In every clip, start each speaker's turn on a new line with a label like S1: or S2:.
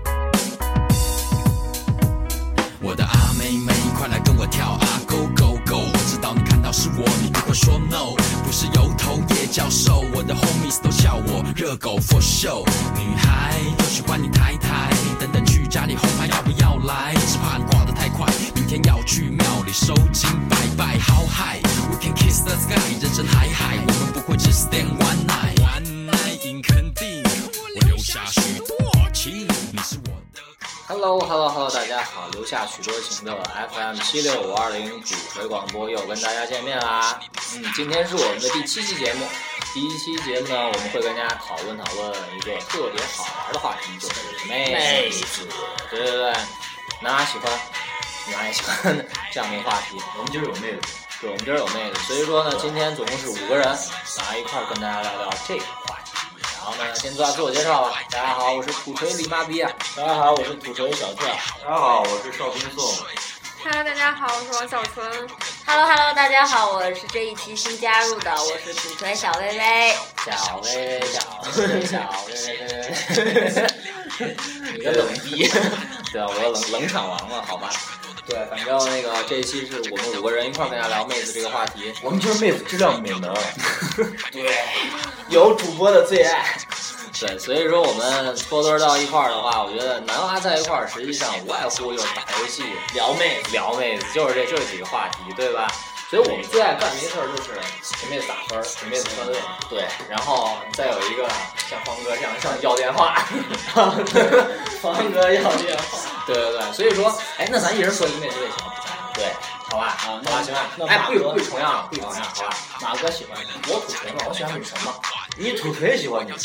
S1: 啊教授，我的 homies 都笑我热狗 for show。女孩都喜欢你抬抬，等等去家里红牌要不要来？只怕你挂得太快，明天要去庙里收金拜拜。How high，we can kiss the sky，人生海海，我们不会只 stand one night。One night in 肯定，我留下许多情，你是我的。
S2: Hello，Hello，Hello，大家好，留下许多情的 FM 七六五二零主回广播又跟大家见面啦。嗯，今天是我们的第七期节目，第一期节目呢，我们会跟大家讨论讨论一个特别好玩的话题，就是妹子，对对对，男娃喜欢，女娃也喜欢这样的话题。我们今儿有妹子，对，我们今儿有妹子，所以说呢，今天总共是五个人来一块儿跟大家聊聊这个话题。然后呢，先做下自我介绍吧。大家好，我是土锤李妈逼啊。大家好，我是土锤小跳。
S3: 大家好，我是邵兵宋。
S4: Hello，大家好，我是王小纯。
S5: Hello Hello，大家好，我是这一期新加入的，我是主持人小薇薇。
S2: 小薇薇，小薇薇，小薇薇，你个冷逼！对啊，我又冷冷场王了，好吧？对，反正那个这一期是我们五个人一块儿跟大家聊妹子这个话题。
S3: 我们就是妹子质量美能，
S2: 对
S3: 有主播的最爱。
S2: 对，所以说我们拖堆到一块儿的话，我觉得男娃在一块儿，实际上无外乎就是打游戏、聊妹、聊妹子，就是这就是几个话题，对吧？所以我们最爱干的一事儿就是给妹子打分儿，给妹子算位，对，然后再有一个像方哥这样上去要电话，
S3: 方哥要电话。
S2: 对对对，所以说，哎，那咱一人说一个妹子类型，对，好吧，好
S3: 啊那
S2: 吧，行吧，
S3: 那
S2: 哎，
S3: 马
S2: 不
S3: 哥
S2: 不重样了，不重样了，好吧，
S3: 马哥喜欢你，
S2: 我土锤嘛，我喜欢女神嘛，
S3: 你土锤喜欢你，
S2: 我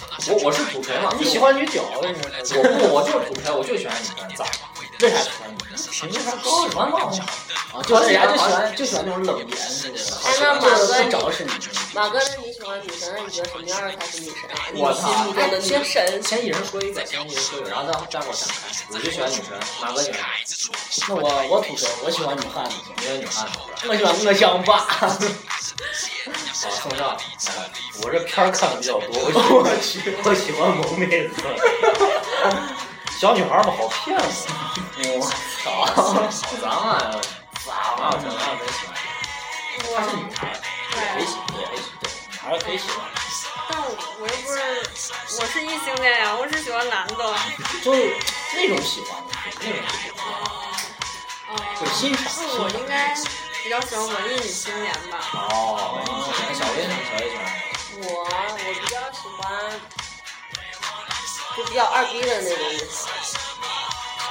S2: 我是土锤嘛，
S3: 你
S2: 所以
S3: 喜
S2: 我
S3: 欢女屌，我跟你说，
S2: 我不，我就是土锤，我就喜欢女生，咋？为啥喜 欢女生？
S3: 凭啥高
S2: 完了，啊，
S3: 就
S2: 就是是
S3: 人家
S2: 人
S3: 就喜
S2: 就喜
S3: 欢就喜欢
S2: 欢
S3: 那种冷颜似的，
S5: 哎，那马哥
S3: 不
S5: 你
S3: 找的是你。
S5: 马哥，那你喜欢女神？那你觉得什么样的才是女神啊？你
S2: 我
S5: 心
S2: 操
S5: 目中的女神？
S2: 先一人说一个，先一人说一个，然后再再给我展开。我就喜欢女神，马哥喜欢女神，
S3: 那我我土锤，我喜欢女汉子，
S2: 你喜欢女汉子是吧？
S3: 我喜欢我想 爸。
S2: 啊，宋少，
S3: 哎我这片儿看的比较多， 我去， 我喜
S2: 嗯
S3: 欢萌妹子。小女孩儿嘛，好骗嘛。
S2: 我操，好脏啊！
S3: 咋
S2: 马小纯，马小纯喜欢，她是女孩，也
S4: 对，
S2: 喜也喜对，
S3: 女孩儿可以喜欢。
S4: 但我我又不是，我是异性恋呀，我只喜欢男的。
S3: 就是那种喜欢，那种喜
S4: 哦、
S3: 欢，就欣赏。
S4: 那我应该比较喜欢文艺女青年吧。
S2: 哦，小薇呢？小薇喜欢，
S5: 我我比较喜欢，就比较二逼的那种女孩。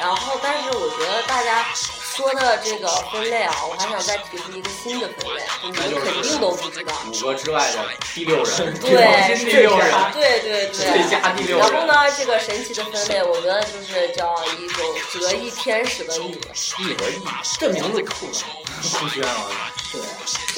S5: 然后，但是我觉得大家说的这个分类啊，我还想再提出一个新的分类，你们肯定都不知道。
S2: 五个之外的第六人，
S5: 对，
S2: 第六人，
S5: 对对对，
S2: 最佳第六
S5: 然后
S2: 人，
S5: 呢，这个神奇的分类，我觉得就是叫一种折翼天使的女。
S2: 一和一，
S3: 这名字酷的，
S2: 酷炫了。
S3: 对，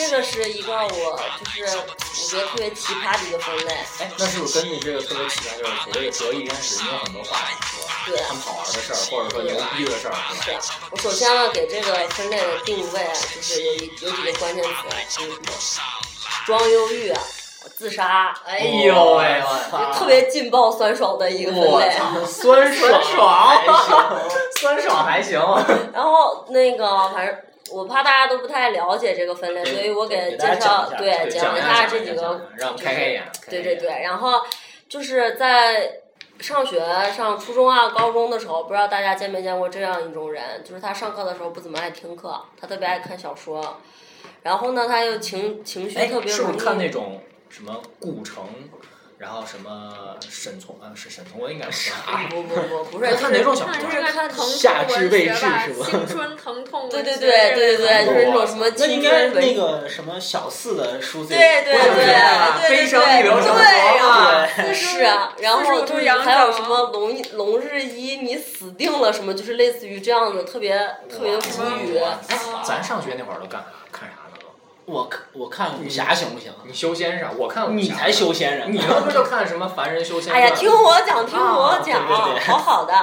S5: 这个是一个我就是我觉得特别奇葩的一个分类。
S2: 哎，那是不是根据这个特别奇怪，就是所谓隔一天时，你有很多话想说，
S5: 对，
S2: 他们好玩的事儿，或者说牛逼的事儿，
S5: 是啊我首先要给这个分类的定位啊，就是有一有几个关键词，就是什么装忧郁啊、自杀，哎
S2: 哎
S5: 呦，
S2: 呦喂，我操！
S5: 特别劲爆酸爽的一个分
S2: 我
S5: 类。
S2: 操，酸爽，爽，酸爽还行。
S5: 然后那个反正。我怕大家都不太了解这个分类，所以我
S3: 给大家
S5: 介绍
S3: 讲一下
S5: 对
S2: 讲
S5: 一
S2: 一
S5: 下
S2: 下
S5: 这几个
S2: 让我们开开眼。
S5: 对对对，然后就是在上学、上初中啊、高中的时候，不知道大家见没见过这样一种人，就是他上课的时候不怎么爱听课，他特别爱看小说，然后呢，他又情情绪
S2: 哎
S5: 特，别
S2: 是不
S5: 容易。
S2: 是看那种什么顾城，然后什么沈从，呃，是沈从文应该是。
S5: 啊不不不不是
S2: 哎，看哪种小
S4: 看
S2: 说
S4: 这？个疼痛
S3: 夏至未
S4: 文
S3: 至
S4: 学吧
S3: 是，吧
S4: 青春疼痛
S5: 对
S4: 文
S5: 对
S4: 学。
S5: 对对对
S2: 哦
S5: 对，就是那种什么
S3: 那应
S5: 青
S3: 该
S5: 春
S3: 那
S5: 文。
S3: 个什么小四的书最
S5: 对对对对对，
S2: 悲伤逆流成河
S5: 对
S2: 嘛
S5: 呀，是啊，然后就是还有什么龙一龙日一，你死定了什么，就是类似于这样的特别特别无语。
S2: 哎，咱上学那会儿都干看啥呢？
S3: 我看我看武侠行不行？
S2: 你修仙啥？我看武
S3: 你
S2: 侠
S3: 才修仙人，
S2: 你们不是就看什么《凡人修仙
S5: 哎
S2: 传》？
S5: 呀，听我讲，听我讲，
S3: 啊对对对
S5: 好好的。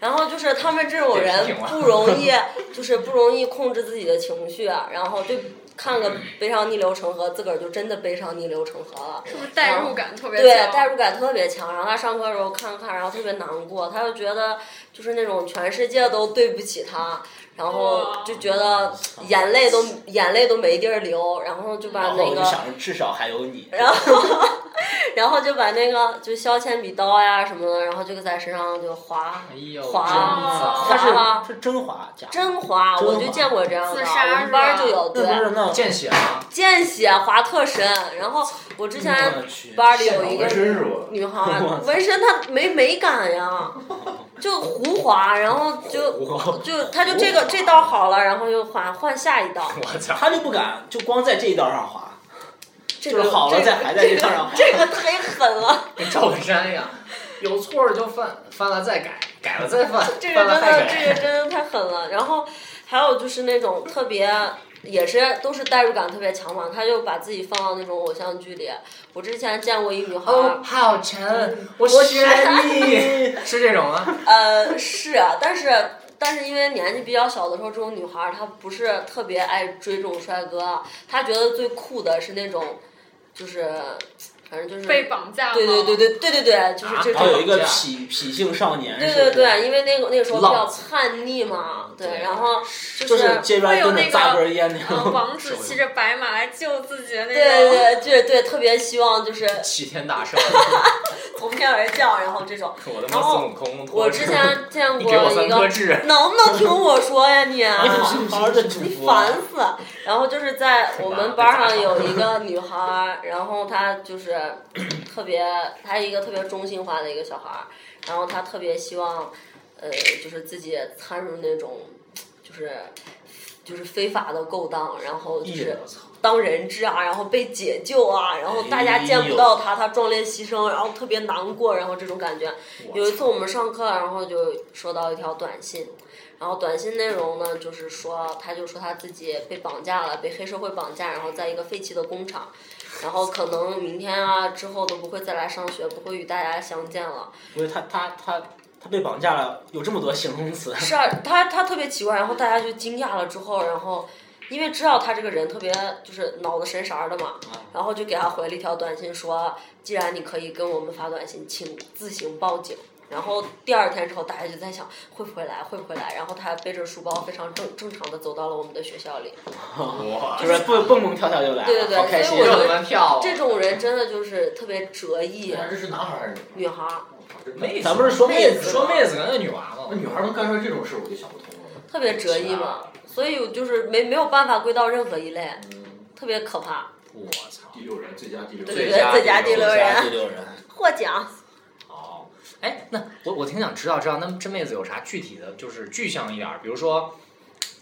S5: 然后就是他们这种
S2: 别
S5: 人
S2: 听我
S5: 啊不容易，就是不容易控制自己的情绪，然后对看个《悲伤逆流成河》，自个儿就真的悲伤逆流成河了。
S4: 是不是代入感特别
S5: 对，
S4: 强？
S5: 代入感特别强。然后他上课的时候看看，然后特别难过，他就觉得就是那种全世界都对不起他，然后
S4: 哇
S5: 就觉得眼泪都眼泪都没地儿流，然后就把
S3: 然后
S5: 那
S3: 哦我就
S5: 个。
S3: 想着至少还有你，
S5: 然后然后就把那个就削铅笔刀呀什么的，然后就在身上就划
S2: 哎呦，
S5: 划
S2: 真
S5: 划
S3: 但
S2: 惨
S3: 是
S5: 了，
S3: 是真滑假的，
S5: 哦啊真划，
S3: 真
S5: 我
S3: 划
S5: 就见过这样的，
S4: 自杀
S5: 我们
S4: 是
S5: 班儿
S4: 吧
S5: 就有
S3: 那不
S5: 对
S3: 是那
S2: 见血吗？
S5: 见血划特深。然后我之前
S3: 我去
S5: 班儿里有一个
S6: 纹身是吧？
S5: 女孩
S3: 我
S5: 儿
S3: 操
S5: 纹身，她没美 感呀，就胡划，然后就
S3: 我
S5: 就她就这个这道好了，然后又换换下一 道，
S2: 我操！
S3: 他就不敢，就光在这一道上滑，
S5: 这
S3: 就
S5: 个
S3: 是好了
S5: 这
S3: 再
S5: 个
S3: 还在这道上滑。
S5: 这个忒 狠了，
S2: 跟赵本山一样，有错儿就犯，犯了再改，改了再犯，
S5: 这个
S2: 犯了
S5: 真的
S2: 再
S5: 这
S2: 改。
S5: 个真的太狠了。然后还有就是那种特别。也是都是代入感特别强嘛，她就把自己放到那种偶像剧里。我之前见过一女孩儿，
S2: 哦，好沉，我选你，是这种吗？
S5: 呃，是啊，但是但是因为年纪比较小的时候，这种女孩儿她不是特别爱追这种帅哥，啊她觉得最酷的是那种，就是反正就是
S4: 被绑架吗？
S5: 对对对对对对对，就是
S2: 啊
S5: 这
S3: 然
S5: 种。
S3: 后有一个
S2: 这样
S3: 痞痞性少年，
S5: 对
S3: 是不
S5: 对
S3: 是，
S5: 对，因为那个那个时候比较
S2: 浪
S5: 叛逆嘛，对，
S2: 对
S5: 然后
S3: 就
S5: 就是
S3: 街边蹲着扎根烟那
S4: 嗯。
S5: 啊
S3: 种。
S4: 王子骑着白马来救自己的那
S5: 对
S4: 种，
S5: 对对对，特别希望就是
S2: 齐天大圣，
S5: 从天而降，然后这种。
S2: 我他
S5: 然
S2: 妈
S5: 后
S2: 孙悟空。
S5: 我之 前见
S2: 你
S5: 过
S2: 给我
S5: 一
S2: 三颗
S5: 个，
S2: 痣，
S5: 能不能听我说呀你？啊
S3: 你
S2: 啊
S3: 好好的主
S5: 你
S3: 播，
S5: 烦死了！然后就是在我们班上有一个女孩儿，然后她就是特别，她一个特别中性化的一个小孩儿，然后她特别希望，呃，就是自己参入那种，就是就是非法的勾当，然后就
S3: 一
S5: 是
S3: 人
S7: 啊
S3: 我操！
S5: 当人质啊，然后被解救啊，然后大家见不到她，她壮烈牺牲，然后特别难过，然后这种感觉。有一次我们上课，啊然后就收到一条短信，然后短信内容呢，就是说，他就说他自己被绑架了，被黑社会绑架，然后在一个废弃的工厂，然后可能明天啊之后都不会再来上学，不会与大家相见了。
S3: 不是他他他他被绑架了，有这么多形容词，
S5: 是啊，他他特别奇怪，然后大家就惊讶了之后，然后因为知道他这个人特别就是脑子神神儿的嘛，
S6: 嗯
S5: 然后就给他回了一条短信说，既然你可以跟我们发短信，请自行报警。然后第二天之后，大家就在想会不会来，会不会来。然后他还背着书包，非常正正常的走到了我们的学校里。
S2: 哇
S3: 就是蹦蹦蹦跳跳就来了，
S5: 对对对
S3: 好开心
S5: 所以我
S2: 热
S5: 就
S3: 啊！
S2: 么跳，
S5: 这种人真的就是特别折翼，
S6: 哎这是男孩儿还是女
S5: 女孩儿
S6: 孩儿？
S2: 妹子，
S3: 咱不是说妹子，
S2: 说妹子跟那女娃
S6: 那
S2: 嘛，
S6: 女孩儿能干出来这种事，我就想不通了。
S5: 特别折翼嘛，所以我就是没没有办法归到任何一类，特别可怕。
S2: 我操！
S6: 嗯第六人，最佳第六
S5: 对
S6: 人，
S5: 对对，最佳
S2: 第
S5: 第
S2: 六
S5: 六
S3: 家第
S5: 人
S3: 六人，
S5: 获奖。
S2: 哦，哎，那我我挺想知道知道，那么这妹子有啥具体的，就是具象一点儿，比如说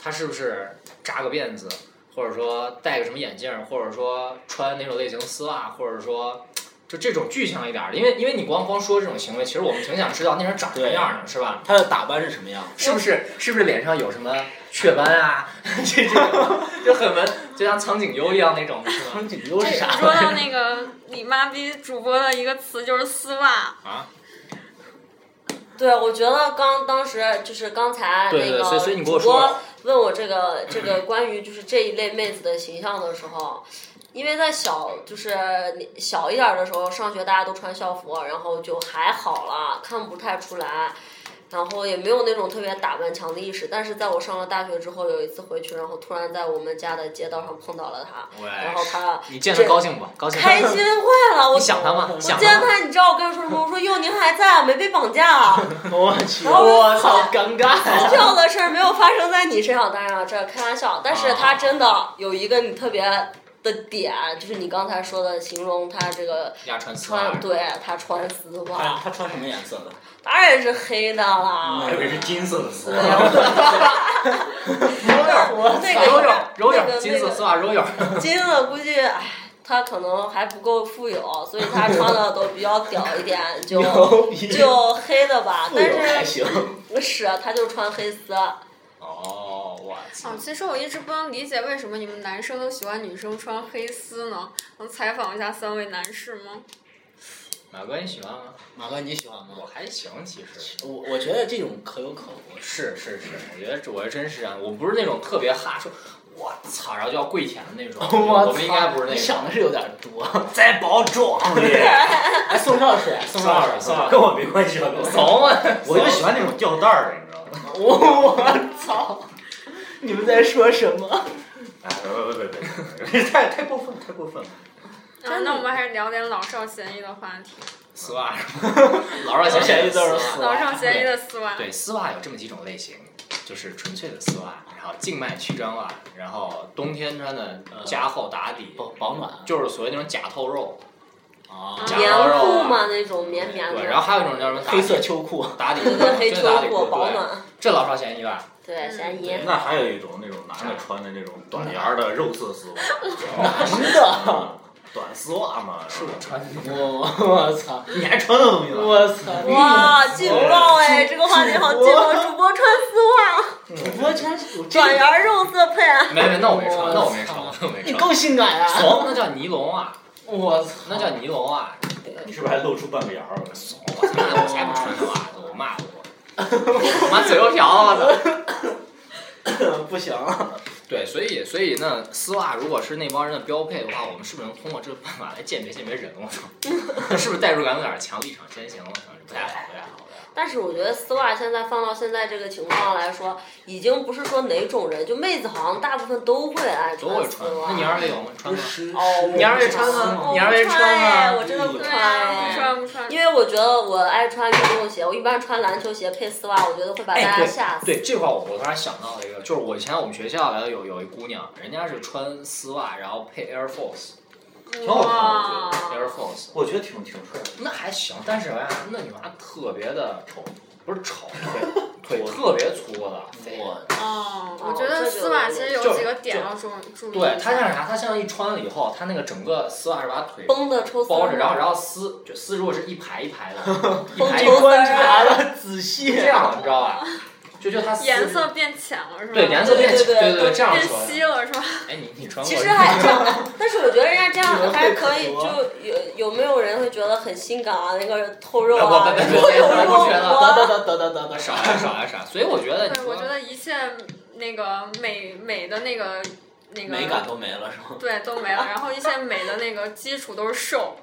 S2: 她是不是扎个辫子，或者说戴个什么眼镜儿，或者说穿哪种类型丝袜，或者说就这种具象一点儿的，因为因为你光光说这种行为，其实我们挺想知道那人长什么样儿的，是吧？
S3: 他的打扮是什么样？
S2: 是不是是不是脸上有什么雀斑啊？ 这这种就很文，就像苍井优一样那种，是吗？
S3: 苍井优
S4: 这
S3: 是
S4: 你
S3: 啥？
S4: 说到那个你妈逼主播的一个词就是丝袜，
S5: 对，我觉得刚当时就是刚才
S2: 对
S5: 那
S2: 对，所以所以你
S5: 个
S2: 给
S5: 主
S2: 我说
S5: 播问我这个这个关于就是这一类妹子的形象的时候，因为在小就是你小一点儿的时候，上学大家都穿校服，然后就还好了，看不太出来。然后也没有那种特别打扮强的意识，但是在我上了大学之后，有一次回去，然后突然在我们家的街道上碰到了她，
S2: 喂
S5: 然后她
S2: 你见她高兴不？高兴吗？
S5: 开心坏了，我
S2: 你想她吗？想
S5: 我见
S2: 她吗？
S5: 他，你知道我跟他说什么？我说哟，您还在啊，没被绑架啊？
S3: 我去，
S5: 然后我
S3: 我操，尴尬！
S5: 这样的事儿没有发生在你身上，当然了，这开玩笑。但是他真的有一个你特别的点，就是你刚才说的形容他这个
S2: 压穿丝袜
S5: 穿，。对他穿丝
S3: 他
S5: 袜，
S7: 啊
S3: 他穿什么颜色的？
S5: 当然是黑的
S7: 嗯
S5: 啦。
S6: 还以为是金色的丝
S5: 对然后
S6: 袜。
S5: 那那个
S2: 揉揉揉
S5: 那
S2: 点
S5: 个
S2: 金色丝袜揉点，
S5: 金子估计，唉，他可能还不够富有，所以他穿的都比较屌一点，就
S3: 牛逼
S5: 就黑的吧。
S3: 富
S5: 但
S3: 有还
S5: 是
S3: 行。
S5: 是他就穿黑丝，
S2: 哦，我操！
S4: 啊，其实我一直不能理解为什么你们男啊生都喜欢女生穿黑丝呢？能采访一下三位男士吗？
S2: 马哥，你喜欢吗？
S1: 马哥，你喜欢吗
S2: 我？还行，其实
S1: 我我觉得这种可有可无。
S2: 是是是，我觉得我真是这样，我不是那种特别哈说，我操，然后就要跪舔的那种。 我们应该不是那
S1: 你
S2: 种。
S1: 想的是有点 多。
S7: 再保重你，
S1: 哎，宋少是宋
S2: 宋老
S1: 少
S2: 师，
S1: 是，
S2: 宋老师，
S7: 跟我没关系吧？
S2: 怂啊！
S7: 我就喜欢那种吊带儿的，你知道吗？
S1: 我我操！你们在说什么？
S7: 哎，别别别别， 太太过分，太过分了。
S4: 啊，那我们还是聊点老少咸宜的话题。
S2: 丝袜，老少咸宜都是丝袜。
S4: 老少咸宜的丝袜，
S2: 对，丝袜有这么几种类型，就是纯粹的丝袜，然后静脉曲张袜，然后冬天穿的加厚打底，
S7: 嗯
S1: 保保暖
S2: 就是所谓那种假透肉，
S1: 啊，
S4: 啊
S2: 假
S5: 棉
S2: 包肉
S5: 裤
S2: 啊。
S5: 嘛，那种绵绵的，
S2: 对，然后还有一种叫什么打
S1: 黑色秋裤，
S2: 打底
S5: 对对，黑
S2: 这
S5: 秋
S2: 打底
S5: 裤
S2: 裤
S5: 保
S2: 对，
S5: 暖，
S2: 这老少咸宜吧？
S5: 对，咸宜。
S7: 那还有一种那种男的穿的那种短檐儿的肉色丝袜，哦嗯
S1: 男 的，
S7: 短丝 袜嘛，
S2: 是我穿的。
S1: 我我操，
S7: 你还穿那东西呢？
S1: 我操！
S2: 嗯
S5: 哇，劲爆哎！这个话题好劲爆，主播穿 丝袜，
S1: 主播穿有这
S5: 转
S1: 个，
S5: 圆肉色配，啊
S2: 没没，那我没穿，
S1: 我
S2: 那我没穿，
S1: 操
S2: 那我没
S1: 你
S2: 穿。
S1: 够性感啊！
S2: 怂，那叫尼龙袜，
S1: 我操，
S2: 那叫尼龙袜。
S7: 你是不是还露出半个眼儿？ 怂！
S2: 我操，我才不穿这袜子，我骂我，我妈嘴油条，我操。
S1: 不行，
S2: 对，所以所以那丝袜如果是那帮人的标配的话，我们是不是能通过这个办法来鉴别鉴别人？我 操，是不是代入感有点强，立场先行了？我操这不太好，不太好，不太好。
S5: 但是我觉得丝袜现在放到现在这个情况来说，已经不是说哪种人，就妹子好像大部分都会爱
S2: 都会
S5: 丝
S2: 穿，
S5: 袜。
S2: 那你二位有吗？穿吗？
S5: 哦，
S2: 你二位穿
S5: 我
S2: 吗？
S5: 不
S2: 你二位
S5: 穿
S2: 穿
S5: 哎，
S2: 吗？
S5: 我真的不
S4: 对
S5: 穿
S4: 啊，不
S5: 哎。
S4: 穿不穿。
S5: 因为我觉得我爱穿运动鞋，我一般穿篮球鞋配丝袜，我觉得会把大
S2: 哎，
S5: 家
S2: 对
S5: 吓死。
S2: 对，这块我我突然想到了一个，就是我以前我们学校来有有一姑娘，人家是穿丝袜，然后配 Air Force，Air
S7: 好看
S4: 哇，
S2: Force，
S7: 我觉得挺挺帅的。
S2: 那还行，但是哎，那女娃特别的丑，不是丑，腿腿特别粗的，肥
S1: 我
S4: 哦，我
S5: 哦
S4: 觉得
S5: 这
S4: 丝
S5: 就
S4: 袜其实
S2: 就
S4: 有几个
S2: 就
S4: 点要注注意。
S2: 对，它像是啥？它像一穿了以后，它那个整个丝袜是把腿
S5: 绷的抽丝儿
S2: 包着，然后然后丝就丝如果是一排一排的，一排一
S5: 抽
S2: 排
S5: 丝
S1: 观
S5: 儿
S1: 察 了仔细，
S2: 这样，你知道吧？就就它丝
S4: 颜色变浅了是吧？
S2: 对颜色变
S5: 对对对
S2: 对对，这样
S4: 变
S2: 说的。
S4: 稀了是吧？
S2: 哎，你你穿过？
S5: 其实还这样，但是我觉得人家这样还是可以，
S1: 你们
S5: 就有有没有人会觉得很性感啊？那个透肉
S2: 哎我
S5: 啊，
S2: 别别
S5: 有
S2: 别别别
S5: 肉
S2: 不觉得
S5: 搏
S1: 得
S5: 啊，
S1: 得得得得得，
S2: 少呀少呀少呀，所以我觉得你
S4: 对，我
S2: 说
S4: 觉得一切那个美美的那个那个
S1: 美感都没了是吗？
S4: 对都没了，然后一切美的那个基础都是瘦，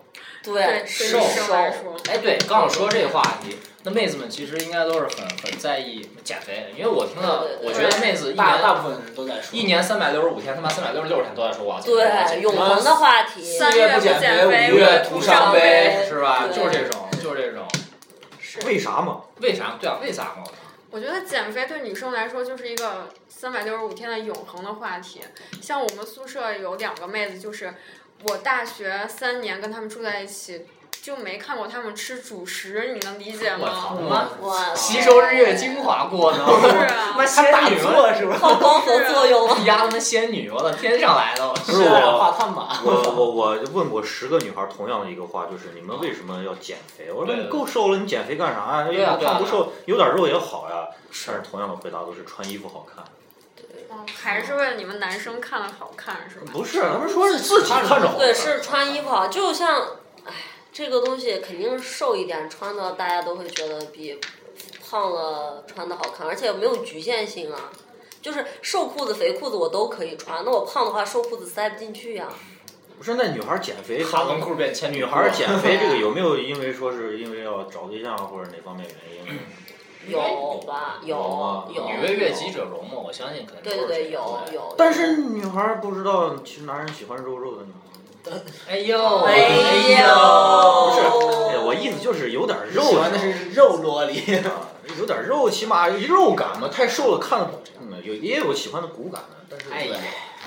S5: 对，
S4: 对女生来说，
S2: 哎，对，刚好说这个话题，那妹子们其实应该都是很很在意减肥的，因为我听到
S5: 对，对对
S2: 我觉得妹子一
S1: 大
S2: 年
S1: 大部分人都在说
S2: 一，年三百六十五天，他妈三百六十六天都在说我要减肥我要减
S5: 对，哎
S2: 肥
S5: 永恒的话题，
S4: 三
S1: 四月
S4: 月
S1: 不
S4: 不
S1: 减
S4: 减
S1: 肥
S4: 肥，
S2: 五月
S4: 徒
S2: 徒
S4: 伤
S2: 伤
S4: 悲。
S2: 悲，是吧？
S5: 对
S2: 就是这种，就是这种。
S7: 为啥嘛？
S2: 为啥？对啊，为啥嘛？
S4: 我觉得减肥对女生来说就是一个三百六十五天的永恒的话题。像我们宿舍有两个妹子，就是我大学三年跟她们住在一起，就没看过她们吃主食，你能理解
S2: 我操
S4: 吗？
S2: 他妈！
S5: 哇，
S2: 吸收日月精华过呢，
S4: 是啊，
S1: 他打错是吧？
S5: 靠光合作用啊，
S2: 压他妈仙女，我的天上来的，我
S7: 不是
S1: 二氧
S7: 我，
S1: 化碳 吧？
S7: 我我我问过十个女孩同样的一个话，就是你们为什么要减肥？我说
S2: 对
S7: 你够瘦了，你减肥干啥呀？
S2: 对啊
S7: 又不胖不瘦，有点肉也好呀。但
S2: 是
S7: 是同样的回答都是穿衣服好看。
S4: 哦还是为了你们男生看了好看是吧？
S7: 不是，他们说是自己看着好看。
S5: 对，是穿衣服好，就像，哎，这个东西肯定是瘦一点穿的，大家都会觉得比胖了穿的好看，而且没有局限性啊。就是瘦裤子、肥裤子我都可以穿，那我胖的话，瘦裤子塞不进去呀、
S7: 不是那女孩减肥，
S2: 卡文裤变仙
S7: 女孩
S2: 孩
S7: 儿减 肥这个有没有因为说是因为要找对象啊或者哪方面原因？
S5: 有吧？有
S7: 啊
S5: 有。
S2: 女为悦己者容嘛，我相信肯定
S5: 对
S2: 都
S5: 对
S2: 是这
S5: 对，
S2: 样
S5: 有。有。
S7: 但是女孩儿不知道，其实男人喜欢肉肉的女孩。
S2: 哎呦，
S5: 哎呦，
S2: 不是，
S1: 哦
S7: 哎，我意思就是有点肉，
S1: 喜欢的是肉萝 莉，
S7: 啊有点肉，起码肉感嘛，太瘦了看了，嗯，有也有喜欢的骨感的，但是
S2: 哎呀，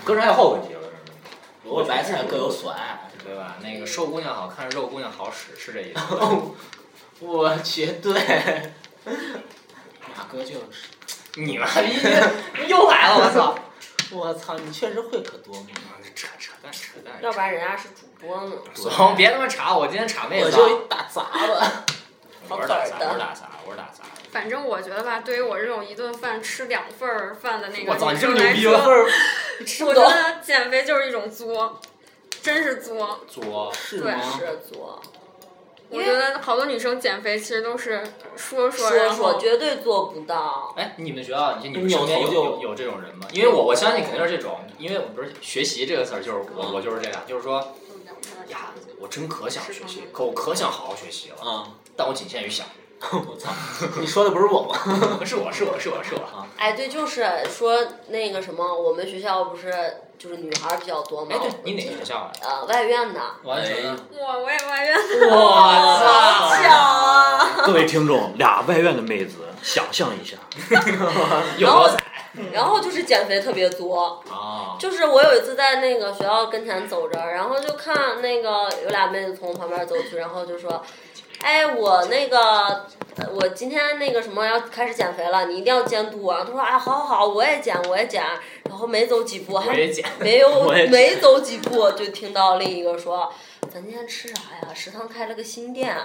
S7: 个人爱好问题了。
S1: 萝卜白菜各有所爱。
S2: 对吧？那个瘦姑娘好看，肉姑娘好使，是这意思 吧。
S5: 哦
S1: 我绝对，马哥就是，
S2: 你妈逼，又来了，我操！
S1: 我操，你确实会可多嘛。
S2: 扯扯淡扯淡，
S5: 要不然人家是主播呢。
S2: 怂，别他妈查我，今天查妹
S1: 我
S2: 子啊。
S1: 就一大杂 吧，
S2: 我是打杂，我是打杂，我是打杂。
S4: 反正我觉得吧，对于我这种一顿饭吃两份儿饭的那个
S2: 我操，
S4: 女
S2: 你这
S4: 生
S2: 么牛
S4: 来
S2: 逼啊吗
S4: 说，？
S5: 吃
S4: 我觉得减肥就是一种作，真是作。
S2: 作
S7: 嗯
S1: 是吗？
S5: 是作，
S4: 我觉得好多女生减肥其实都是说说，
S5: 说
S4: 然
S5: 说
S4: 后
S5: 绝对做不到。
S2: 哎，你们学校你你们
S3: 扭
S2: 身边
S3: 头
S2: 有
S3: 就
S2: 有有这种人吗？因为我我相信肯定是这种，因为我不是学习这个词儿，就是我我就是这样，就是说呀，我真可想学习，可我可想好好学习了，
S3: 啊，
S2: 但我仅限于想，
S3: 我操，你说的不是我吗？
S2: 是我是我是我是我。
S5: 哎，对，就是说那个什么，我们学校不是就是女孩儿比较多嘛
S2: 哎，？对你哪个学校啊？
S5: 呃，外院的。
S2: 完全，
S4: 我我也埋怨。
S2: 哎我操！
S5: 啊！
S8: 各位听众，俩外院的妹子，想象 一下，
S2: 有
S6: 啊
S2: 啊
S5: 然
S2: 多
S5: 后
S2: 惨
S5: 然后就是减肥特别多，
S2: 啊！
S5: 就是我有一次在那个学校跟前走着，然后就看那个有俩妹子从我旁边走去，然后就说：“哎，我那个呃我今天那个什么要开始减肥了，你一定要监督我。”她说：“啊，好好好，我也减，我也减。”然后没走几步，还
S2: 我也减，
S5: 没有
S8: 我也
S5: 没走几步，就听到另一个说：“咱今天吃啥呀？食堂开了个新店。”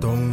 S9: 董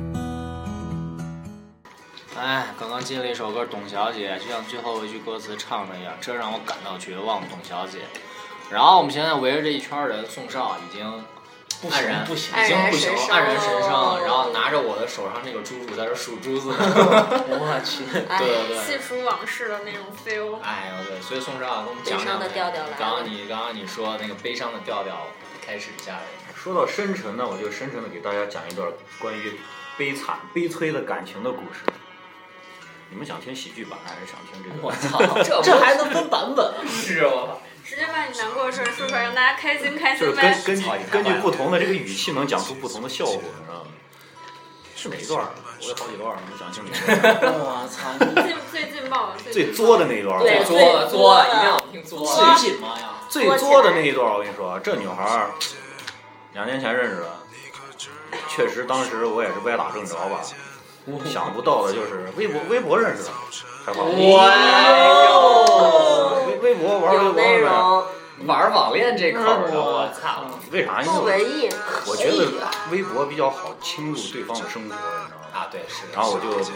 S2: 哎，刚刚进了一首歌《董小姐》，就像最后一句歌词唱的一样，这让我感到绝望，董小姐。然后我们现在围着这一圈儿人，宋少已经
S3: 不
S2: 黯
S3: 行
S2: 然
S3: 不行，
S2: 已经不行，
S5: 黯
S2: 黯然
S5: 然
S2: 神
S5: 神
S2: 伤
S5: 伤
S2: 了。然后拿着我的手上这个珠珠在这数珠子，
S3: 我去，
S5: 哎
S2: 对对对
S4: 细。数往事的那种 feel，
S2: 哎呦对，所以宋少给我们讲
S5: 悲伤的
S2: 讲
S5: 调调来了
S2: 刚刚你刚刚你说那个悲伤的调调，开始一下呗。
S7: 说到深沉呢，我就深沉的给大家讲一段关于悲惨、悲催的感情的故事。你们想听喜剧版还是想听这
S2: 我
S7: 个？
S2: 操，这
S3: 这还能分版本？
S2: 是啊我
S4: 直接把你难过的事儿说出来，让大家开心 开
S7: 就是
S4: 心呗
S7: 根。根据
S2: 操你太
S7: 根据
S2: 坏了
S7: 不同的这个语气，能讲出不同的效果，是吧？是哪一段儿？我有好几段儿，你们想听哪一段儿？
S3: 我操，你
S4: 最最劲爆的，最
S7: 最
S4: 劲爆
S7: 作
S4: 的
S7: 的那一段儿，
S5: 对
S2: 作了作
S5: 最作
S2: 了，
S5: 了
S2: 一定要听作啊了。
S3: 最近嘛呀，
S7: 最作的那一段儿，我跟你说，这女孩儿两年前认识的，确实当时我也是歪打正着吧，想不到的就是微博微博认识的，还好。
S2: 哎
S7: 哦
S2: 哇
S7: 微微博玩微
S5: 有
S7: 博
S5: 内
S7: 呗。
S6: 啊
S5: 容，
S2: 玩网恋这口儿啊，我操！
S7: 为啥？因
S5: 不
S7: 为
S5: 文艺，
S7: 我觉得
S6: 啊
S7: 微博比较好侵入对方的生活，你知道吗？
S2: 啊，对，是的。
S7: 然后我就，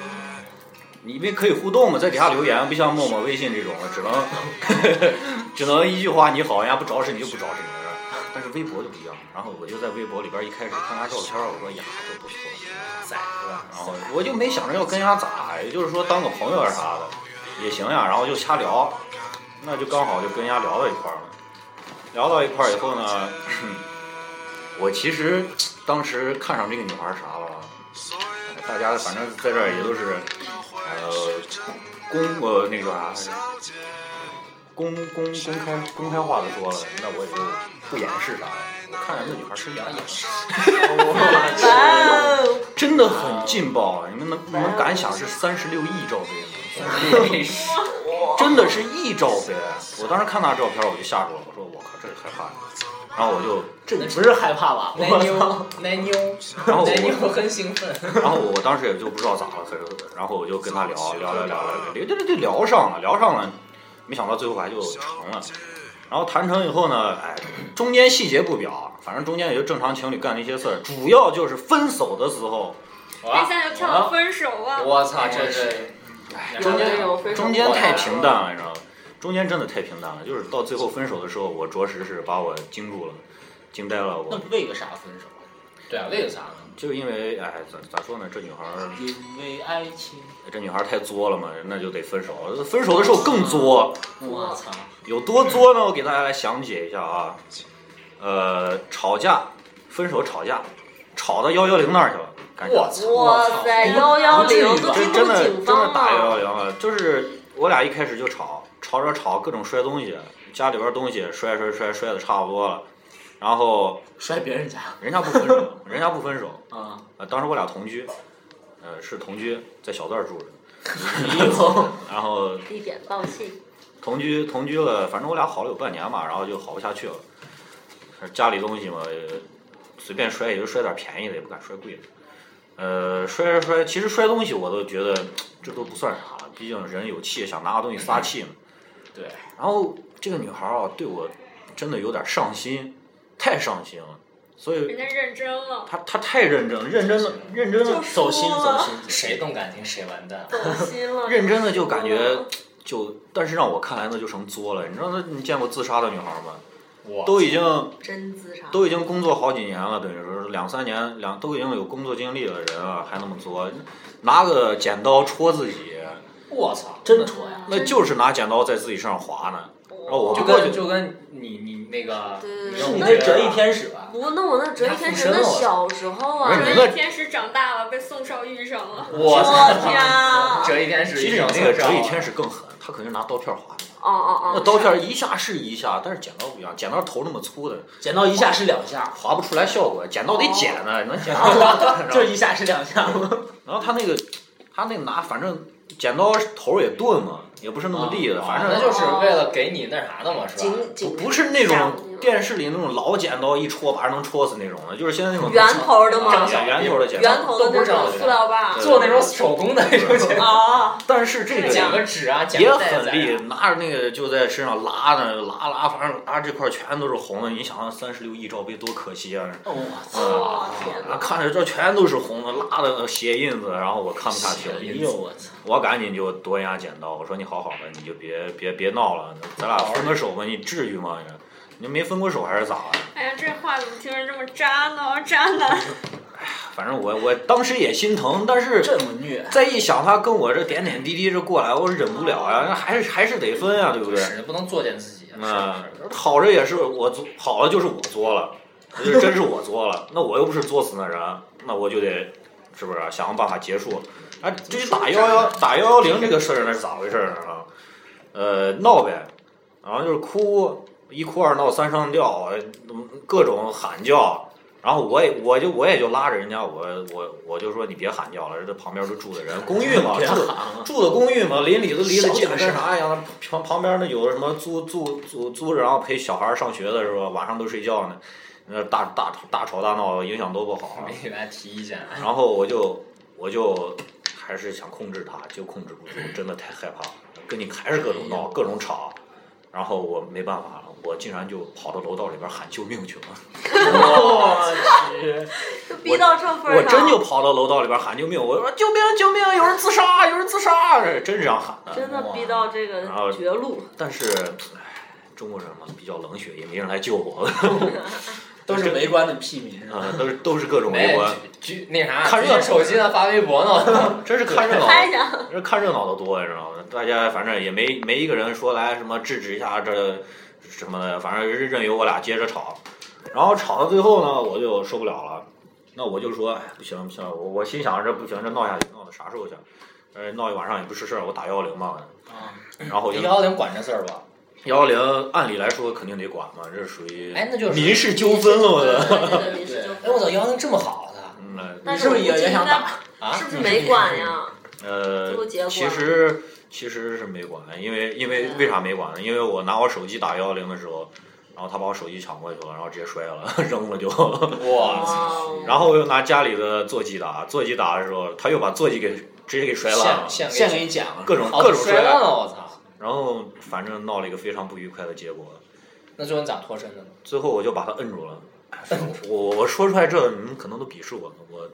S7: 你因为可以互动嘛，在底下留言，不像陌陌、微信这种，只能只能一句话你好，人家不找死你就不找死你了。但是微博就不一样，然后我就在微博里边一开始看他照片，我说呀，这不错，
S2: 在
S7: 对吧？然后我就没想着要跟人家咋，也就是说当个朋友啊啥的也行呀，然后就瞎聊，那就刚好就跟人家聊到一块儿了。聊到一块儿以后呢，我其实当时看上这个女孩儿啥了，大家反正在这儿也都是，呃，公呃那个啥、公公公开公开话的说了，那我也就不掩饰啥了。我看着那女孩儿是养眼了，
S5: 哇 哦，
S7: 真的很劲爆啊！你们能你们敢想是三十六亿照片吗？真的是亿照片！我当时看她照片，我就吓住了，我说我靠，这是害怕。然后我就
S2: 这你
S3: 不是害怕吧？
S2: 奶妞，奶妞，
S7: 然后我
S2: 奶妞很兴奋。
S7: 然后我当时也就不知道咋了，可是然后我就跟他聊聊聊聊聊聊，就就聊上了，聊上了，没想到最后还就成了。然后谈成以后呢，哎，中间细节不表，啊反正中间也就正常情侣干的一些事儿，主要就是分手的时候，
S4: 那哎现在就跳到分手啊！
S2: 我操，这是
S7: 哎
S2: 哎
S5: 有内容，非常 嗯
S7: 中间太平淡了，你知道吗？中间真的太平淡了，就是到最后分手的时候，我着实是把我惊住了，惊呆了
S2: 那
S7: 我。
S2: 为个啥分手？对啊，为个啥呢？
S7: 就因为哎，咋咋说呢？这女孩儿，
S2: 因为爱情。
S7: 这女孩儿太作了嘛，那就得分手。分手的时候更作。
S2: 我操！
S7: 有多作呢？我给大家来详解一下啊。呃，吵架，分手吵架，吵到幺幺零那儿去了，感觉
S2: 我操！
S5: 哇塞，幺幺
S2: 不至于
S5: 零
S2: 吧
S5: 都
S7: 真
S5: 进
S7: 真
S5: 入
S7: 的
S5: 警
S7: 真的
S5: 方啊
S7: 打幺
S5: 了，
S7: 幺零了。就是我俩一开始就吵，吵着吵各种摔东西，家里边东西摔摔摔摔的差不多了，然后
S2: 摔别人家
S7: 人家不 分手，人家不分手。
S2: 啊！
S7: 呃，当时我俩同居，呃，是同居，在小段儿 住着，然后
S5: 一点道歉。
S7: 同居同居了，反正我俩好了有半年嘛，然后就好不下去了。家里东西嘛，呃随便摔也就摔点便宜的，也不敢摔贵的。呃，摔摔摔，其实摔东西我都觉得这都不算啥，毕竟人有气，想拿个东西撒气嘛。
S2: 对，
S7: 然后这个女孩儿啊，对我真的有点上心，太上心了，所以
S4: 人家认真了，
S7: 她她太认真，认真的认真的
S2: 走心走心，
S3: 谁动感情谁完蛋。
S5: 走心了，
S7: 认真的就感觉就，但是让我看来那就成作了。你知道那你见过自杀的女孩儿吗？
S2: 我
S7: 都已经
S5: 真自杀，
S7: 都已经工作好几年了，等于说两三年两都已经有工作经历的人了，还那么作，拿个剪刀戳自己，
S2: 我操，真戳呀！哦
S7: 那就是拿剪刀在自己身上划呢。然后我
S2: 就
S7: 不过
S2: 跟
S7: 去，
S2: 就跟你你那个，
S5: 对
S2: 你让
S5: 对对
S2: 我
S3: 你那
S2: 们觉得
S3: 折翼天使吧？
S5: 不，那我那折翼天
S2: 附
S5: 使
S2: 身了
S5: 那
S2: 我
S5: 小时候
S7: 不是
S5: 啊，
S7: 你
S4: 人
S7: 那
S4: 家天使长大了，被宋少遇上了。
S2: 我
S5: 我
S2: 操！
S5: 天啊，
S2: 折翼天使
S7: 其
S2: 一
S7: 实
S2: 上
S7: 你
S2: 厕所，
S7: 那个折翼天使更狠，他肯定拿刀片划的。
S5: 哦哦哦，
S7: 那刀片一下是一下，但是剪刀不一样，剪刀头那么粗的，
S3: 剪刀一下是两下，
S7: 划不出来效果，剪刀得剪呢，能剪
S2: 哦
S7: 到。
S3: 就一下是两下吗？
S7: 然后他那个，他那个拿，反正剪刀头也钝嘛，也不是那么利的，
S2: 啊
S7: 反正
S2: 那就是为了给你那啥的嘛，是吧？
S5: 警警
S7: 不是那
S5: 吓
S7: 种电视里那种老剪刀一戳把人能戳死那种的，就是现在那种
S5: 圆头的吗？
S7: 小圆头的剪
S5: 圆
S7: 刀。
S5: 头的那种塑料棒
S7: 对
S2: 做那种手工的那种剪刀，
S5: 啊，
S7: 但是这个
S2: 剪个纸啊，剪
S7: 也
S2: 个袋子
S7: 很
S2: 啊
S7: 利，拿着那个就在身上拉呢，拉拉，反正拉这块全都是红的。你想，三十六亿罩杯多可惜啊！
S2: 我操！
S5: 我天
S7: 啊，看着这全都是红的，拉的血印子，然后我看不下去了，
S2: 哎呦我操！
S7: 我赶紧就夺人家剪刀，我说你好好的，你就别别别闹了，咱俩分个手吧，你至于吗？你没分过手还是咋的？
S4: 哎呀，这话怎么听着这么渣呢？渣男，
S7: 反正我我当时也心疼，但是
S3: 这么虐，
S7: 再一想他跟我这点点滴滴这过来，我忍不了啊呀、那还是还是得分啊呀、对不对？
S2: 是不能作践自己啊。
S7: 嗯
S2: 是不，是
S7: 好着也是我作，好了就是我作了，就是真是我作了，那我又不是作死那人，那我就得是不是啊想个办法结束？啊，至于打幺幺打幺幺零这个事儿那是咋回事儿呢？啊呃，闹呗，然后就是哭，一哭二闹三上吊，呃各种喊叫。然后我也我就我也就拉着人家我我我就说你别喊叫了，这旁边都住的人，公寓嘛，
S3: 别
S7: 住
S3: 喊
S7: 的
S3: 了，
S7: 住的公寓嘛，邻里都离得近，
S3: 小
S7: 跟
S3: 点声
S7: 啥一样。旁旁边那有的什么租租租租着，然后陪小孩上学的时候，晚上都睡觉呢，那大大大吵大闹，影响多不好 啊。
S2: 没给大家提意见啊。
S7: 然后我就我就还是想控制他，就控制不住，真的太害怕了，跟你还是各种闹，各种吵，然后我没办法了，我竟然就跑到楼道里边喊救命去了，
S3: 我去，
S5: 就逼到这份儿
S7: 我真
S5: 上
S7: 就跑到楼道里边喊救命，我说救命救命，有人自杀，有人自杀，哎真是这样喊的。
S5: 真的逼到这
S7: 然后哦
S5: 个绝路，
S7: 但是，唉，中国人嘛比较冷血，也没人来救我了，
S2: 都是围观的屁民是吧？
S7: 啊，都是都是各种围
S2: 没
S7: 观，
S2: 举那啥，
S7: 看热闹
S2: 举着手机呢，发微博呢，
S7: 真是看热闹。
S5: 拍上
S7: 这看热闹的多，你知道吗？大家反正也没没一个人说来什么制止一下这什么的，反正任由我俩接着吵。然后吵到最后呢，我就受不了了，那我就说，哎，不行不行，我我心想这不行，这闹下去闹到啥时候去？呃，闹一晚上也不是事儿，我打幺幺零吧。
S2: 啊
S7: 然后我就
S2: 幺幺零管这事儿吧？
S7: 幺幺零，按理来说肯定得管嘛，这是属于
S2: 哎，那就是
S7: 民事纠纷了，我觉得。
S5: 对
S2: 对
S5: 对对，，
S2: 哎，我操，幺幺零这么好的
S7: 嗯，呃
S5: 但
S2: 你是不是
S5: 我估
S2: 也
S5: 计
S2: 也想
S5: 应该
S2: 打啊？
S5: 是不是没管呀？
S7: 呃
S5: 最后结，果啊
S7: 其实其实是没管，因为因为为啥没管呢？因为我拿我手机打幺幺零的时候，然后他把我手机抢过去了，然后直接摔了， 扔了就。
S2: 哇，
S5: 哦
S7: 然后我又拿家里的座机打，座机打的时候，他又把座机给直接给摔烂了。
S2: 现
S3: 现
S2: 现
S3: 给你讲了，
S7: 各种
S2: 哦
S7: 各种
S2: 摔
S7: 摔
S2: 烂
S7: 烂，
S2: 了，我操！
S7: 然后反正闹了一个非常不愉快的结果。
S2: 那最后你咋脱身的呢？
S7: 最后我就把他摁住了。哎我我我说出来这，你们可能都鄙视我，我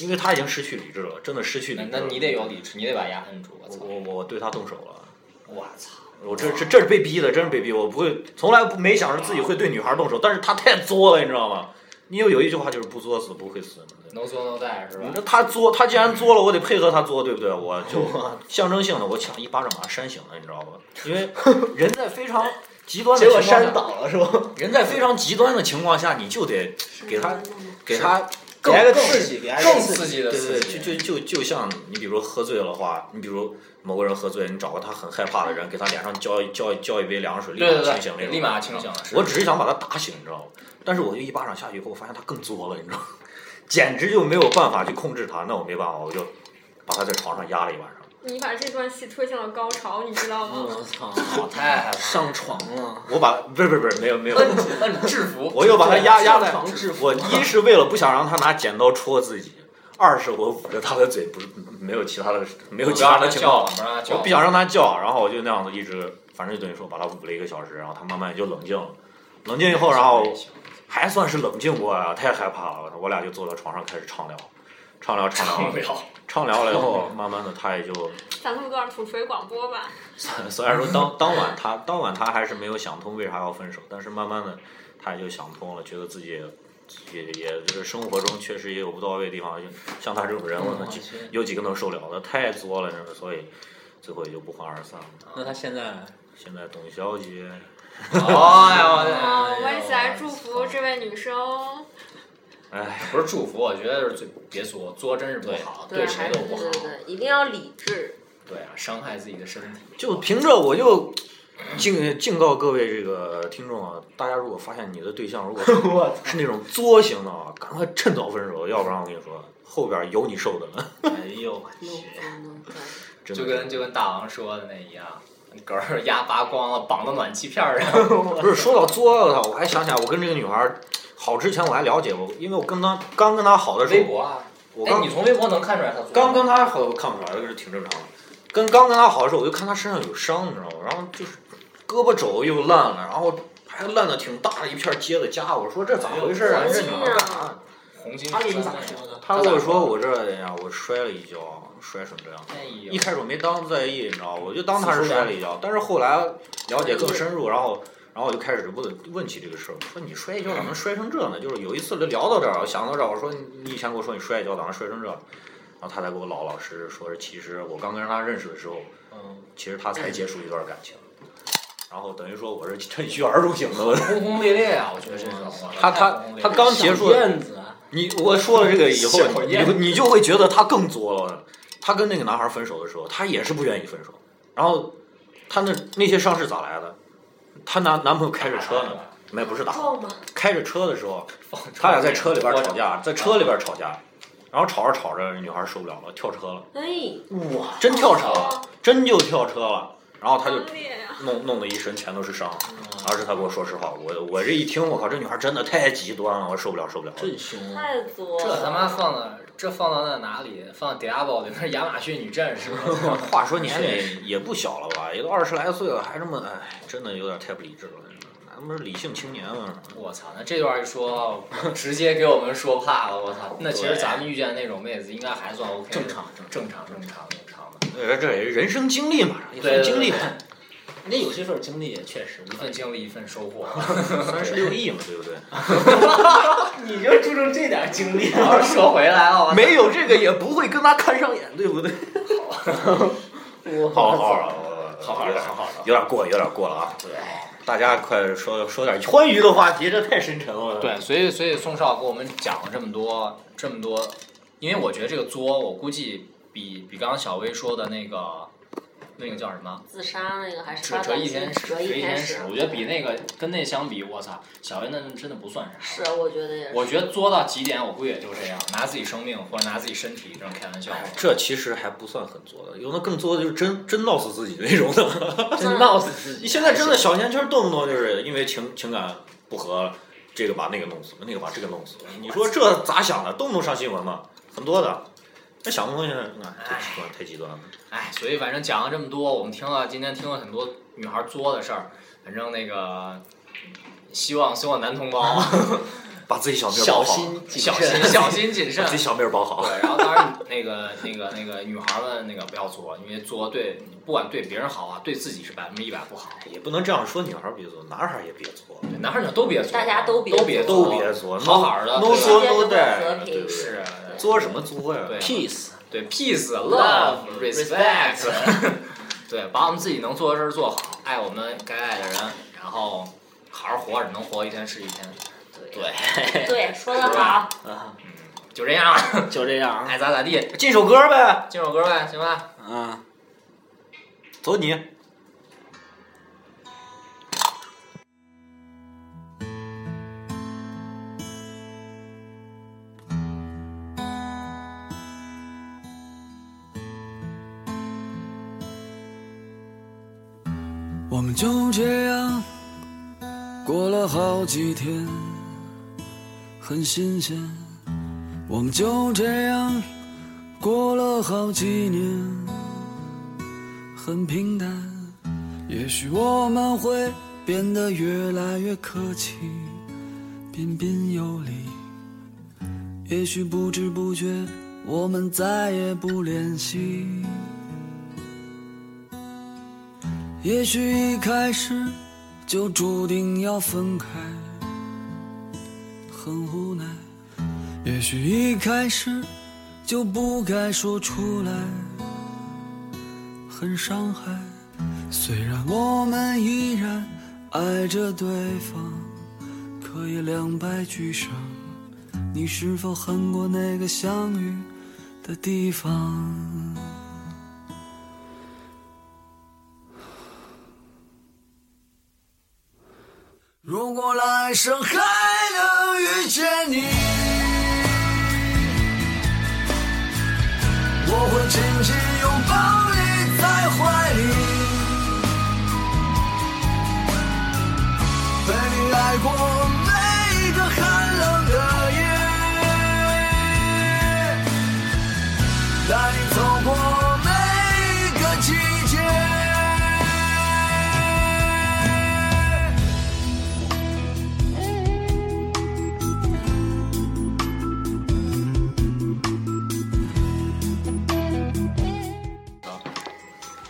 S7: 因为他已经失去理智了，真的失去理
S2: 那
S7: 智
S2: 那
S7: 了。
S2: 你得有理智，你得把牙摁住，我操！
S7: 我我我对他动手了。
S2: 我操！
S7: 我这这这是被逼的，真是被逼。我不会，从来不没想着自己会对女孩动手，但是他太作了，你知道吗？因为有一句话就是不作死不会死嘛。对吧
S2: 能缩能带是吧？
S7: 那他作，他既然作了，我得配合他作，对不对？我就 象征性的，我抢一巴掌把他扇醒了，你知道吧？因为人在非常极端的
S3: 结
S7: 情
S3: 果
S7: 况
S3: 山
S7: 下，
S3: 倒了是吧？
S7: 人在非常极端的情况下，你就得给他给他
S3: 给
S7: 来
S3: 他个
S7: 个刺
S3: 刺
S7: 激。
S3: 激，给他
S2: 更
S3: 个刺激。
S2: 刺激的
S7: 对对
S2: 刺
S7: 对，
S2: 激，
S7: 就就就就像你比如说喝醉了的话，你比如某个人喝醉，你找个他很害怕的人，给他脸上浇一浇一浇一杯凉水，立
S2: 对
S7: 马
S2: 对
S7: 清醒那
S2: 对，
S7: 种。
S2: 立马清醒了。
S7: 我只是想把他打醒，你知道吗？但是我就一巴掌下去以后，我发现他更作了，你知道吗？简直就没有办法去控制他，那我没办法，我就把他在床上压了一晚上。
S4: 你把这段戏推向了高潮，你知道
S2: 嗯
S4: 吗？
S3: 我操，
S2: 我太害怕了，
S3: 上床了，
S7: 我把不是不是不是没有没有，
S2: 摁摁制服，
S7: 我又把他压压在
S3: 床制服
S7: 我一是为了不想让他拿剪刀戳自己，二是我捂着他的嘴，不是没有其他的没有
S2: 我
S7: 其
S2: 不要
S7: 他
S2: 让
S7: 的
S2: 他
S7: 情
S2: 叫
S7: 况
S2: 了，，不让他叫
S7: 我不
S2: 了。
S7: 想让他叫，然后我就那样子一直，反正就等于说把他捂了一个小时，然后他慢慢也就冷静了。冷静以后，然后还算是冷静过来了，太害怕了。我俩就坐到床上开始畅聊，畅聊畅聊，畅聊了以后，慢慢的他也就
S4: 咱录段土锤广播吧。
S7: 虽然说当当晚他当晚他还是没有想通为啥要分手，但是慢慢的他也就想通了，觉得自己也也也就是生活中确实也有不到位的地方，就像他这种人，我操，几有几个能受了的，太作了，真是，所以最后也就不欢而散了。
S2: 那他现在，
S7: 现在董小姐，
S2: 哎呦哎呦，
S4: 嗯，我们一起来祝
S2: 哎
S4: 福
S2: 呦
S4: 这位女生。
S7: 哎，
S2: 不是祝福，我觉得就是最别作，作真是不好，
S5: 对，
S2: 谁
S5: 还
S2: 都
S5: 是
S2: 不好
S5: 对。对，一定要理智。
S2: 对啊，伤害自己的身体。
S7: 就凭这我就敬敬告各位这个听众啊，大家如果发现你的对象 如果是那种作型的啊，赶快趁早分手，要不然我跟你说，后边有你受的了，
S2: 哎呦我
S5: 弄
S2: 去！
S5: 弄弄
S7: 真的。
S2: 就跟就跟大王说的那一样，狗儿牙扒光了，绑到暖气片儿上。
S7: 不是说到作的，我还想起来，我跟这个女孩儿好之前我还了解过，因为我跟她刚跟她好的时
S2: 微
S7: 候，
S2: 博啊，
S7: 我
S2: 哎，
S7: 刚
S2: 你从微博能看出来他作吗
S7: 刚跟他好，我看不出来，这是挺正常的。跟刚跟他好的时候，我就看他身上有伤，你知道吗？然后就是胳膊肘又烂了，然后还烂的挺大的一片结的痂。我说这咋回事啊？
S5: 哎呦
S7: 这你干啥？
S2: 红金
S7: 他给
S2: 是
S7: 你咋
S2: 三个
S7: 说
S2: 人
S7: 的？他跟我说我这，哎呀，我摔了一跤，摔成这样。
S2: 哎呦
S7: 一开始我没当在意，你知道吗，我就当他是摔了一跤。但是后来了解更深入，然后然后我就开始问问起这个事儿，说你摔一跤咋能摔成这呢？就是有一次就聊到这儿，我想到这儿，我说你你以前跟我说你摔一跤咋能摔成这？然后他才给我老老实实说是，其实我刚跟他认识的时候，
S2: 嗯，
S7: 其实他才结束一段感情，然后等于说我是趁虚而入型的。
S2: 轰轰烈烈啊！我觉得这是
S7: 嗯他他他刚结束，
S2: 燕子啊，
S7: 你我说了这个以后
S2: 小，
S7: 你
S2: 燕子
S7: 你就会觉得他更作了。他跟那个男孩分手的时候，他也是不愿意分手。然后他那那些伤是咋来的？她男男朋友开着车呢，
S2: 哎
S7: 没不是打，
S5: 撞吗？
S7: 开着车的时候，他俩在车里边吵架，在车里边吵架，然后吵着吵着，女孩受不了
S4: 哦
S7: 了，跳车了，
S5: 哎，
S7: 真跳车了，真就跳车了。然后他就
S4: 刚烈呀！
S7: 弄弄得一身全都是伤，而是他跟我说实话，我我这一听，我靠，这女孩真的太极端了，我受不了，受不了。
S2: 真凶啊！
S5: 太多
S2: 这
S5: 了。
S2: 他妈放到这放到那哪里？放 Diablo 里面亚马逊女战士，
S7: 话说年龄也不小了吧，也都二十来岁了，还这么，哎，真的有点太不理智了。咱们是理性青年嘛，
S2: 我操！那这段一说，直接给我们说怕了，我操！那其实
S7: 对
S2: 咱们遇见那种妹子应该还算 OK，
S3: 正常
S2: 正常正常正常的。
S7: 这呃这也是人生经历嘛，一
S2: 对
S7: 份经历，
S3: 那有些份儿经历也确实，
S2: 一份经历一份收 获，
S7: 三十 六亿嘛，对不对？
S3: 你就注重这点经历，
S2: 然后说回来了，我操
S8: 没有这个也不会跟他看上眼，对不对？
S7: 好啊好了，我
S3: 好好
S7: 有
S3: 的
S7: 点
S3: 好好的。
S7: 有点过，有点过了啊！大家快说说点欢愉的话题，这太深沉了。，
S2: 对，所以所以宋少给我们讲了这么多这么多，因为我觉得这个作，我估计比比刚刚小薇说的那个那个叫什么
S5: 自杀那个还是
S2: 折
S5: 发
S2: 折
S5: 短
S2: 一
S5: 信
S2: 天使，
S5: 折一
S2: 一天
S5: 使
S2: 使，，我觉得比那个跟那相比，我操，小薇那真的不算啥。
S5: 是我觉得也是。
S2: 我觉得作到极点，我估计也就这样，拿自己生命或者拿自己身体这种开玩笑。
S7: 哎这其实还不算很作的，有的更作的就是真真闹死自己那种的。
S8: 真闹死自
S7: 你
S8: 己。
S7: 现在真的小年轻，动不动就是因为情情感不和，这个把那个弄死了，那个把这个弄死了。你说这咋想的？动不动上新闻嘛，很多的。这想的东西，那太极端，太极端了。
S2: 哎，所以反正讲了这么多，我们听了今天听了很多女孩作的事儿，反正那个希望所有男同胞
S7: 把自己小命儿
S8: 小
S7: 保好，
S8: 心谨
S2: 小
S8: 慎
S2: 心，小心谨慎
S7: 把。自己小命儿保好。
S2: 对，然后当然那个那个那个女孩们那个不要作，因为作对不管对别人好啊，对自己是百分之一百不好。
S7: 也不能这样说，女孩儿别作，男孩儿也别作，
S2: 对，男孩女孩都别作，
S5: 大家都
S2: 都
S5: 别
S2: 别
S5: 作
S7: 都别作，
S2: 好好的，
S7: 都
S2: 对吧
S7: 作
S5: 世界
S7: 都
S5: 就会
S7: 带
S5: 和，平
S7: 对不对？
S2: 是
S7: 作什么作呀？
S2: 对
S8: peace，
S2: 对 peace love
S8: Love,
S2: respect，对， 把我们自己能做的事儿做好，爱我们该爱的人，然后好好活着，能活一天是一天，
S5: 对对，说得
S2: 是
S5: 好
S2: 吧。就这样 了，
S8: 就这样啊。
S2: 爱咋咋地。
S8: 进首歌呗。
S2: 进首歌呗，行吧。
S8: 嗯，
S7: 走你。
S1: 我们就这样过了好几天，很新鲜。我们就这样过了好几年，很平淡。也许我们会变得越来越客气，彬彬有礼。也许不知不觉，我们再也不联系。也许一开始就注定要分开，很无奈。也许一开始就不该说出来，很伤害。虽然我们依然爱着对方，可也两败俱伤。你是否恨过那个相遇的地方？如果来生还能遇见你，我会紧紧拥抱你在怀里，陪你爱过每一个寒冷的夜，带你走过每一个季节。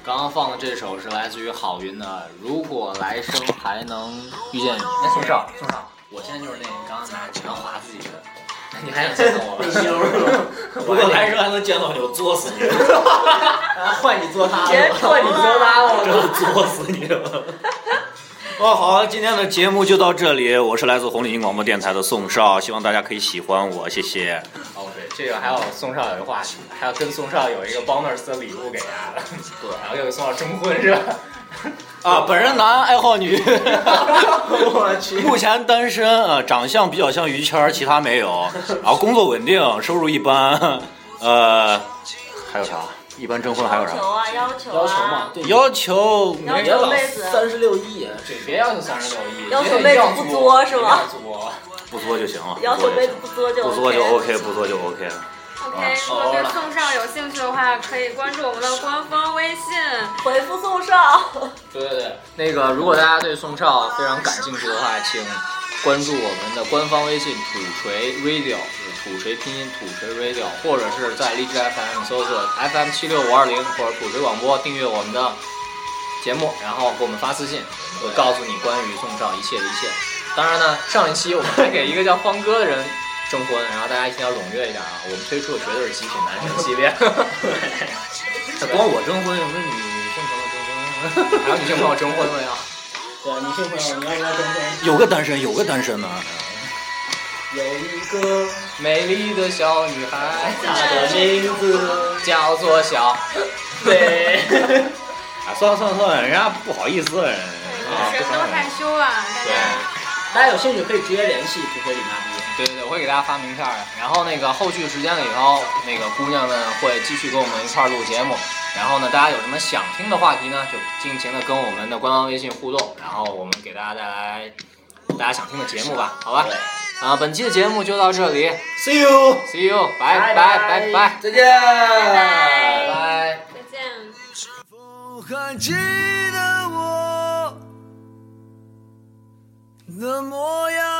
S2: 刚刚放的这首是来自于郝云的《如果来生还能遇见你》。那宋少，宋少，我现在就是那个刚刚拿拳划自己的，你还想见到我？
S3: 心了，
S7: 如果来生还能见到你，我作死 你，
S3: 啊换你做他
S5: 别
S3: 了。
S5: 戳你头发我
S7: 真的作死你！哦，好，今天的节目就到这里。我是来自红领巾广播电台的宋少，希望大家可以喜欢我，谢谢。
S2: 哦，对，这个还有宋少有一个话题，还要跟宋少有一个 bonus 的礼物给他的，对，然后又给宋少征婚是吧？
S7: 啊，本人男，爱好女，
S3: 我 去，
S7: 目前单身，呃，长相比较像于谦儿，其他没有。然后工作稳定，收入一般，呃，还有啥？一般征婚还有啥
S5: 要？求啊，要求啊，
S2: 要求嘛，对，
S7: 要求没
S5: 要求
S2: 老
S5: 妹子
S2: 三十六亿，这
S3: 别要求三十六亿，
S5: 要求
S3: 别
S5: 妹子
S3: 要
S5: 不
S3: 作
S5: 作是吗？
S3: 别要作
S7: 不作就行了，
S5: 要求妹子不
S7: 不
S5: 作就
S7: 作就
S5: OK。
S7: OK，不作就 OK。
S2: 哎
S4: OK，如果对送上有兴趣的话，可以关注我们的官方微信。
S2: 哎
S5: 回复送上，
S2: 对对对，那个如果大家对宋少非常感兴趣的话，请关注我们的官方微信“土锤 radio”，就是土锤拼音“土锤 radio”，或者是在荔枝 FM 搜索 FM 七六五二零或者土锤广播，订阅我们的节目，然后给我们发私信，我告诉你关于宋少一切的一切。当然呢，上一期我们还给一个叫方哥的人征婚，然后大家一定要踊跃一点啊！我们推出的绝对是极品男神系列。
S7: 那光我征婚，有没有女女性朋友征婚？
S2: 还有女性朋友征婚了呀？
S3: 对，女性朋友，你要不要征婚？
S7: 有个单身，有个单身呢。
S3: 有一个
S2: 美丽的小女孩
S3: 她的名字，
S2: 叫做小 美。
S7: 啊，算了算了算了，人家不好意思，人啊，
S4: 女生都害羞啊，大家。
S3: 大家有兴趣可以直接联系土匪李妈逼。
S2: 对对对，我会给大家发名片儿的。然后那个后续时间了以后，那个姑娘们会继续跟我们一块儿录节目。然后呢，大家有什么想听的话题呢，就尽情的跟我们的官方微信互动，然后我们给大家带来大家想听的节目吧，好吧？啊、本期的节目就到这里
S7: See you。
S2: ，See you，拜拜拜拜，
S3: 再见，
S4: 拜
S2: 拜拜。
S4: 再见。
S9: 是否还记得我的模样？